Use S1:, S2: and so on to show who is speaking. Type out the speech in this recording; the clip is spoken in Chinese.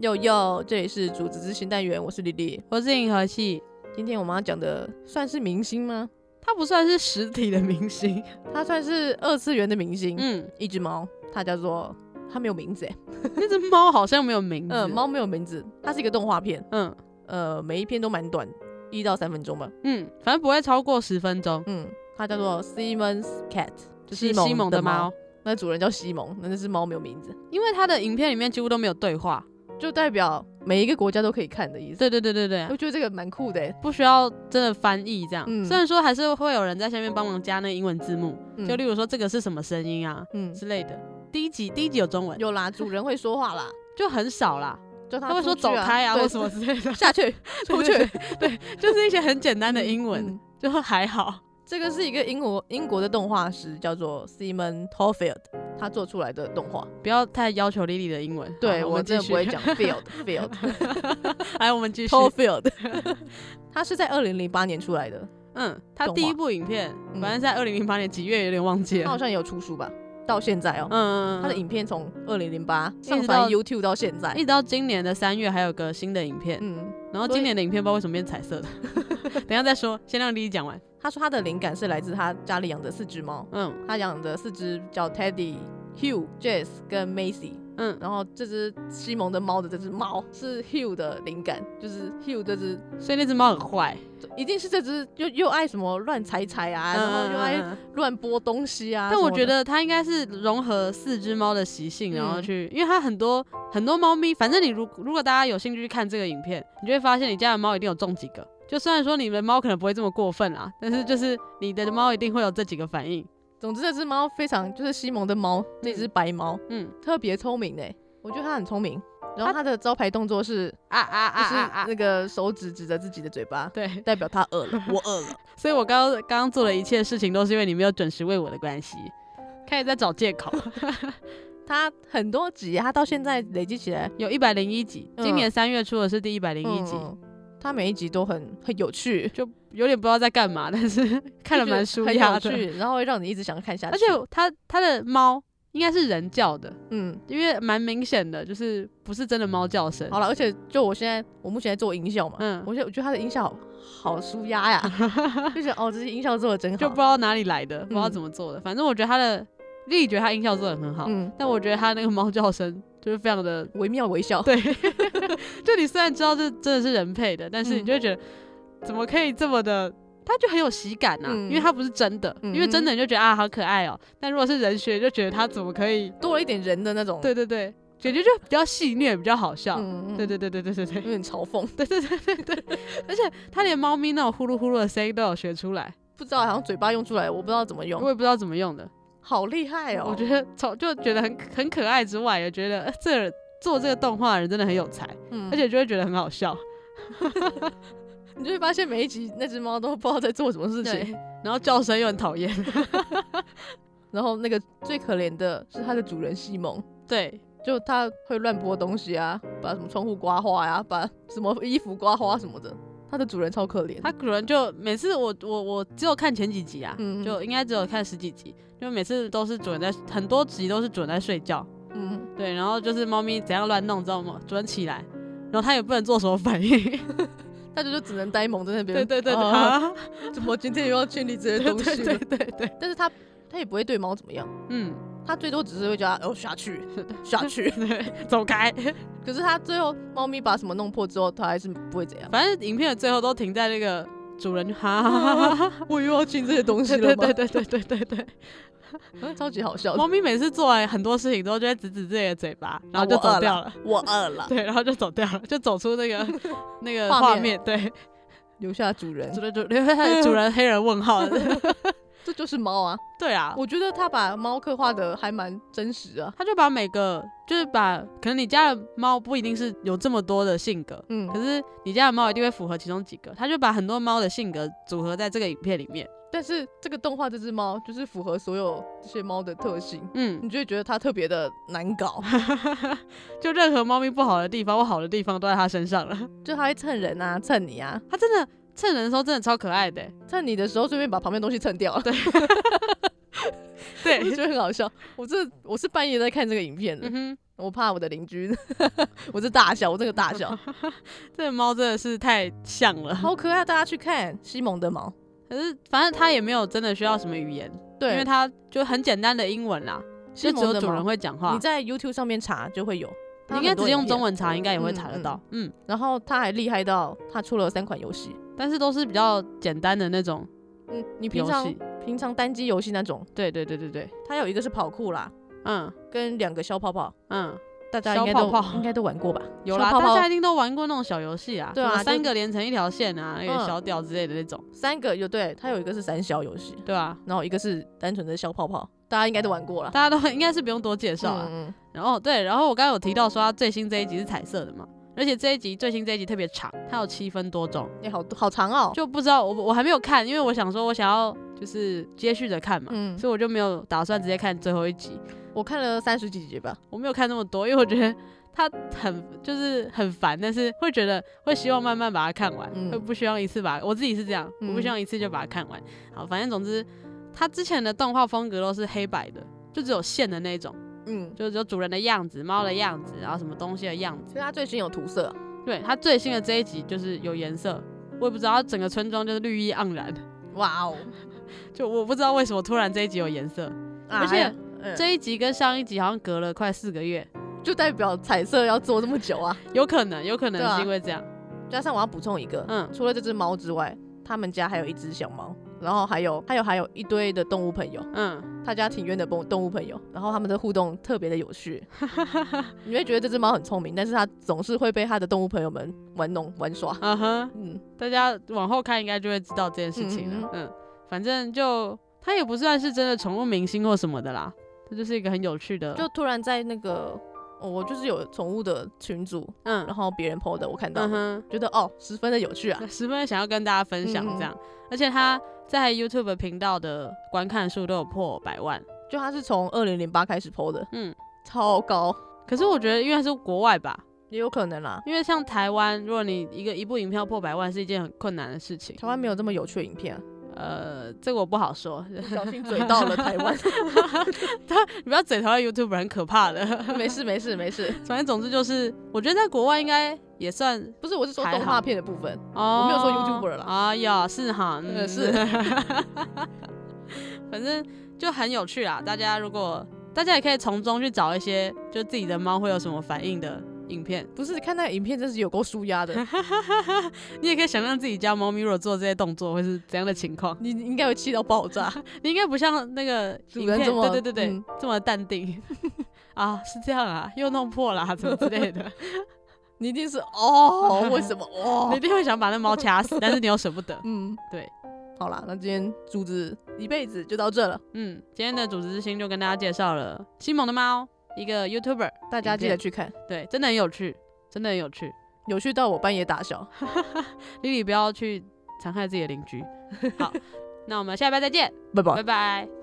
S1: 佑
S2: 嗯
S1: 佑，这里是主子之新单元，我是丽丽。
S2: 我是银河系，
S1: 今天我们要讲的算是明星吗？
S2: 它不算是实体的明星。
S1: 它算是二次元的明星，
S2: 嗯，
S1: 一只猫，它叫做它没有名字哎，
S2: 那只猫好像没有名字。
S1: 呃，猫没有名字，它是一个动画片，
S2: 嗯
S1: 呃，每一篇都蛮短，一到三分钟吧。
S2: 嗯，反正不会超过十分钟。
S1: 嗯，它叫做 Simon's Cat，就是
S2: 西蒙
S1: 的
S2: 的猫，，
S1: 那主人叫西蒙，那那只猫没有名字，
S2: 因为它的影片里面几乎都没有对话。
S1: 就代表每一个国家都可以看的意思。
S2: 对啊对对对对
S1: 我，觉得这个蛮酷的欸，
S2: 不需要真的翻译这样。
S1: 嗯
S2: 虽然说还是会有人在下面帮忙加那个英文字幕，
S1: 嗯
S2: 就例如说这个是什么声音啊
S1: 嗯，
S2: 之类的。第一集第一集有中文，
S1: 有啦，主人会说话啦，
S2: 就很少啦，
S1: 叫它
S2: 他会说
S1: 出去
S2: 走开啊
S1: 对，
S2: 或什么之类 的
S1: 下去，出去
S2: 对，对，对就是一些很简单的英文，
S1: 嗯
S2: 就还好。
S1: 这个是一个英国英国的动画师，叫做 Simon Tofield，他做出来的动画。
S2: 不要太要求莉莉的英文。
S1: 对
S2: 好
S1: 我真的不会。讲 Field Field
S2: 来，我们继续。
S1: Tofield，他 是在二零零八年出来的，
S2: 嗯，他
S1: 动画
S2: 第一部影片，
S1: 嗯
S2: 反正在二零零八年几月有点忘记
S1: 他好
S2: 了。
S1: 像也有出书吧，到现在哦，
S2: 嗯，嗯嗯
S1: 他的影片从二零零八上
S2: 一直
S1: 传
S2: 到
S1: YouTube 到现在
S2: 一，直到今年的三月还有个新的影片，
S1: 嗯，
S2: 然后
S1: 所以
S2: 今年的影片不知道为什么变彩 色的， 等一下再说，先让莉莉讲完。
S1: 他说他的灵感是来自他家里养的四只猫，
S2: 嗯
S1: 他养的四只叫 Teddy、Hugh、Jess 跟 Macy，
S2: 嗯，
S1: 然后这只西蒙的猫的这只猫是 Hugh 的灵感，就是 Hugh 这只
S2: 所以那只猫很坏，
S1: 一定是这只又又爱什么乱踩踩啊，然后又
S2: 嗯
S1: 爱
S2: 嗯嗯
S1: 乱拨东西啊。
S2: 但我
S1: 什
S2: 觉
S1: 么的
S2: 得它应该是融合四只猫的习性，然后
S1: 嗯
S2: 去，因为它很多很多猫咪，反正你如如果大家有兴趣去看这个影片，你就会发现你家的猫一定有中几个。就虽然说你的猫可能不会这么过分啦，但是就是你的猫一定会有这几个反应。
S1: 总之这只猫非常就是西蒙的猫，这只白猫
S2: 嗯，
S1: 特别聪明呢、欸我觉得它很聪明。然后它的招牌动作是，
S2: 啊啊
S1: 就
S2: 啊
S1: 是
S2: 啊啊！
S1: 那个手指指着自己的嘴巴，
S2: 对，
S1: 代表它饿了，我饿了。
S2: 所以 我刚刚刚做的一切事情都是因为你没有准时喂我的关系，开始在找借 口。
S1: 它很多集，它到现在累积起来
S2: 有一百零一集，今年三月出的是第一百零一集，
S1: 嗯嗯它每一集都很很有趣，
S2: 就有点不知道在干嘛，但是看了蛮舒
S1: 很有
S2: 压的。
S1: 趣，然后会让你一直想看下去。
S2: 而且它它的猫应该是人叫的，
S1: 嗯，
S2: 因为蛮明显的，就是不是真的猫叫声。
S1: 好了，而且就我现在，我目前在做音效嘛，
S2: 嗯
S1: 我觉得我觉得他的音效好好舒压 呀，就觉得哦，这些音效做的真好，
S2: 就不知道哪里来的，不知道怎么做的。反正我觉得它的，丽丽觉得它音效做的很好，
S1: 嗯，
S2: 但我觉得它那个猫叫声就是非常的
S1: 惟妙惟肖。
S2: 对，就你虽然知道这真的是人配的，但是你
S1: 嗯
S2: 就会觉得、怎么可以这么的，它就很有喜感呐、
S1: 嗯
S2: 因为它不是真的，因为真的你就觉得啊好可爱哦、但如果是人学，你就觉得它怎么可以？
S1: 多了一点人的那种，
S2: 对对对，感觉就比较戏虐，比较好笑。
S1: 嗯，嗯，
S2: 对对对对对对对
S1: 有点嘲讽，
S2: 对对对对对，而且它连猫咪那种呼噜呼噜的声音都有学出来，
S1: 不知道好像嘴巴用出来，我不知道怎么用
S2: 我，也不知道怎么用的，
S1: 好厉害哦，
S2: 我觉得从就觉得很很可爱之外，也觉得、呃这个人做这个动画的人真的很有才，
S1: 嗯
S2: 而且就会觉得很好笑。
S1: 你就会发现每一集那只猫都不知道在做什么事情，
S2: 对，然后叫声又很讨厌。
S1: 然后那个最可怜的是它的主人西蒙。
S2: 对，
S1: 就它会乱拨东西啊，把什么窗户刮花呀、把什么衣服刮花什么的。它的主人超可怜，
S2: 他可能就每次我我我只有看前几集啊，
S1: 嗯
S2: 就应该只有看十几集，就每次都是主人在很多集都是主人在睡觉，
S1: 嗯，
S2: 对，然后就是猫咪怎样乱弄，知道吗？主人起来，然后他也不能做什么反应，
S1: 它就就只能呆萌在那边。
S2: 对对对对，
S1: 啊
S2: 啊
S1: 怎么今天又要清理这些
S2: 对
S1: 东西
S2: 对
S1: 了？
S2: 对对对，
S1: 但是它它也不会对猫怎么样，
S2: 嗯，
S1: 它最多只是会叫它哦下 去
S2: 是的。
S1: 下去
S2: 对，走开。
S1: 可是它最后猫咪把什么弄破之后，它还是不会怎样。
S2: 反正影片的最后都停在那个主人，哈哈哈哈哈，
S1: 我又要清这些东西
S2: 对
S1: 了
S2: 对
S1: 吗
S2: 对？对对对对对。
S1: 嗯超级好笑的。
S2: 猫咪每次做完很多事情之后，就会指指自己的嘴巴，然后就
S1: 啊我饿
S2: 走掉了。
S1: 我饿了，
S2: 对，然后就走掉了，就走出 那个那个
S1: 画
S2: 画
S1: 面
S2: 面。对，
S1: 留下主人
S2: 主，人主人主人黑人问号。
S1: 这就是猫啊！
S2: 对啊，
S1: 我觉得它把猫刻画的还蛮真实啊。
S2: 他就把每个就是把可能你家的猫不一定是有这么多的性格，
S1: 嗯
S2: 可，是你家的猫一定会符合其中几个，他就把很多猫的性格组合在这个影片里面。
S1: 但是这个动画这只猫就是符合所有这些猫的特性，
S2: 嗯，
S1: 你就会觉得它特别的难搞，
S2: 就任何猫咪不好的地方或好的地方都在它身上了。
S1: 就它会蹭人啊，蹭你啊，
S2: 它真的蹭人的时候真的超可 爱的欸、
S1: 蹭你的时候顺便把旁边东西蹭掉了，我就
S2: 对，
S1: 觉得很好笑。我这我是半夜在看这个影片的，
S2: 嗯哼，
S1: 我怕我的邻居， 我这大小，我这个大 小
S2: 这个猫真的是太像了。
S1: 好可爱，大家去看西蒙的毛。
S2: 可是反正它也没有真的需要什么语言，
S1: 对，
S2: 因为它就很简单的英文啦，
S1: 西
S2: 就只
S1: 蒙
S2: 有
S1: 的
S2: 主人
S1: 毛，
S2: 会讲话
S1: 你。在 YouTube 上面查就会有，它
S2: 你应该
S1: 很
S2: 直
S1: 多
S2: 接用
S1: 影片
S2: 中。文查，应该也会
S1: 嗯
S2: 查得
S1: 嗯
S2: 到。嗯，
S1: 然后他还厉害到他出了三款游戏，
S2: 但是都是比较简单的那种
S1: 嗯，你平
S2: 游
S1: 常
S2: 戏。
S1: 平常单机游戏那种，
S2: 对对对对对，
S1: 它有一个是跑酷啦，
S2: 嗯
S1: 跟两个小跑跑，
S2: 嗯，
S1: 大家
S2: 小
S1: 应该都
S2: 跑跑
S1: 应该都玩 过吧？
S2: 有
S1: 小
S2: 啦，
S1: 泡
S2: 大
S1: 泡
S2: 家一定都玩过那种小游戏啊，
S1: 对
S2: 什么
S1: 啊就
S2: 三个连成一条线啊，那个
S1: 嗯
S2: 小屌之类的那种，
S1: 三个有对，它有一个是三消游戏，
S2: 对吧？
S1: 然后一个是单纯的消泡泡，大家应该都玩过了。
S2: 大家都应该是不用多介绍啊。
S1: 嗯嗯
S2: 然后对，然后我刚刚有提到说它最新这一集是彩色的嘛，而且这一集最新这一集特别长，它有七分多钟，
S1: 哎、好好长哦、
S2: 就不知道我我还没有看，因为我想说我想要就是接续着看嘛，
S1: 嗯，
S2: 所以我就没有打算直接看最后一集，
S1: 我看了三十几集吧。
S2: 我没有看那么多，因为我觉得它很就是很烦，但是会觉得会希望慢慢把它看完，
S1: 嗯
S2: 会不希望一次把我自己是这样，
S1: 嗯
S2: 我不希望一次就把它看完。好，反正总之，它之前的动画风格都是黑白的，就只有线的那种，
S1: 嗯，
S2: 就只有主人的样子、猫的样子，然后什么东西的样子。
S1: 所以它最新有涂色，
S2: 对，它最新的这一集就是有颜色，我也不知道，它整个村庄就是绿意盎然。
S1: 哇哦！
S2: 就我不知道为什么突然这一集有颜色，
S1: 啊
S2: 而且
S1: 还有嗯
S2: 这一集跟上一集好像隔了快四个月，
S1: 就代表彩色要做这么久啊。
S2: 有可能，有可
S1: 对
S2: 能
S1: 啊
S2: 是因为这样。
S1: 加上我要补充一个，
S2: 嗯
S1: 除了这只猫之外，他们家还有一只小猫，然后还有还有还有一堆的动物朋友，
S2: 嗯，
S1: 他家庭院的动动物朋友，然后他们的互动特别的有 趣。你会觉得这只猫很聪明，但是它总是会被它的动物朋友们玩弄玩耍。
S2: 嗯哼，
S1: 嗯，
S2: 大家往后看应该就会知道这件事情了。嗯反正就它也不算是真的宠物明星或什么的啦，这就是一个很有趣的。
S1: 就突然在那个、哦我就是有宠物的群组，
S2: 嗯
S1: 然后别人 PO 的，我看到
S2: 嗯哼，
S1: 觉得哦十分的有趣啊。
S2: 十分想要跟大家分享
S1: 嗯嗯
S2: 这样，而且它在 YouTube 频道的观看数都有破百万。
S1: 就它是从二零零八开始 PO 的，
S2: 嗯，
S1: 超高，
S2: 可是我觉得因为是国外吧，
S1: 也有可能啦。
S2: 因为像台湾，如果你一个一部影片要破百万是一件很困难的事情。
S1: 台湾没有这么有趣的影片、啊，
S2: 呃，这个我不好说，
S1: 不小心嘴到了台湾。
S2: 你不要嘴台湾 YouTube 很可怕的。
S1: 没事没事没事，
S2: 反正总之就是，我觉得在国外应该也算
S1: 不是我是说
S2: 还
S1: 动
S2: 好
S1: 画片的部分，
S2: 哦，
S1: 没有说 YouTuber 啦
S2: 啊呀，是哈，嗯、
S1: 呃是
S2: 反正就很有趣啦。大家如果大家也可以从中去找一些，就自己的猫会有什么反应的影片。
S1: 不是看那个影片真是有够舒压 的，
S2: 你也可以想象自己家猫咪如果做这些动作会是怎样的情况。
S1: 你你应该会气到爆炸。
S2: 你应该不像那个
S1: 主
S2: 影
S1: 人
S2: 片，
S1: 这么
S2: 对对对对，
S1: 嗯
S2: 这么淡定 啊，是这样啊，又弄破啦、怎么之类的。
S1: 你一定是 哦，为什么
S2: 你
S1: 哦
S2: 一？定会想把那猫掐死，但是你又舍不得。
S1: 嗯，
S2: 对。
S1: 好啦，那今天竹子一辈子就到这了，
S2: 嗯，今天的主持之星就跟大家介绍了西蒙的猫，一个 YouTuber，
S1: 大家
S2: 影
S1: 记
S2: 片
S1: 得去看，
S2: 对，真的很有趣，真的很有趣。
S1: 有趣到我半夜大笑。
S2: 丽丽不要去残害自己的邻居。好，那我们下礼拜再见，
S1: 拜拜
S2: 拜。拜。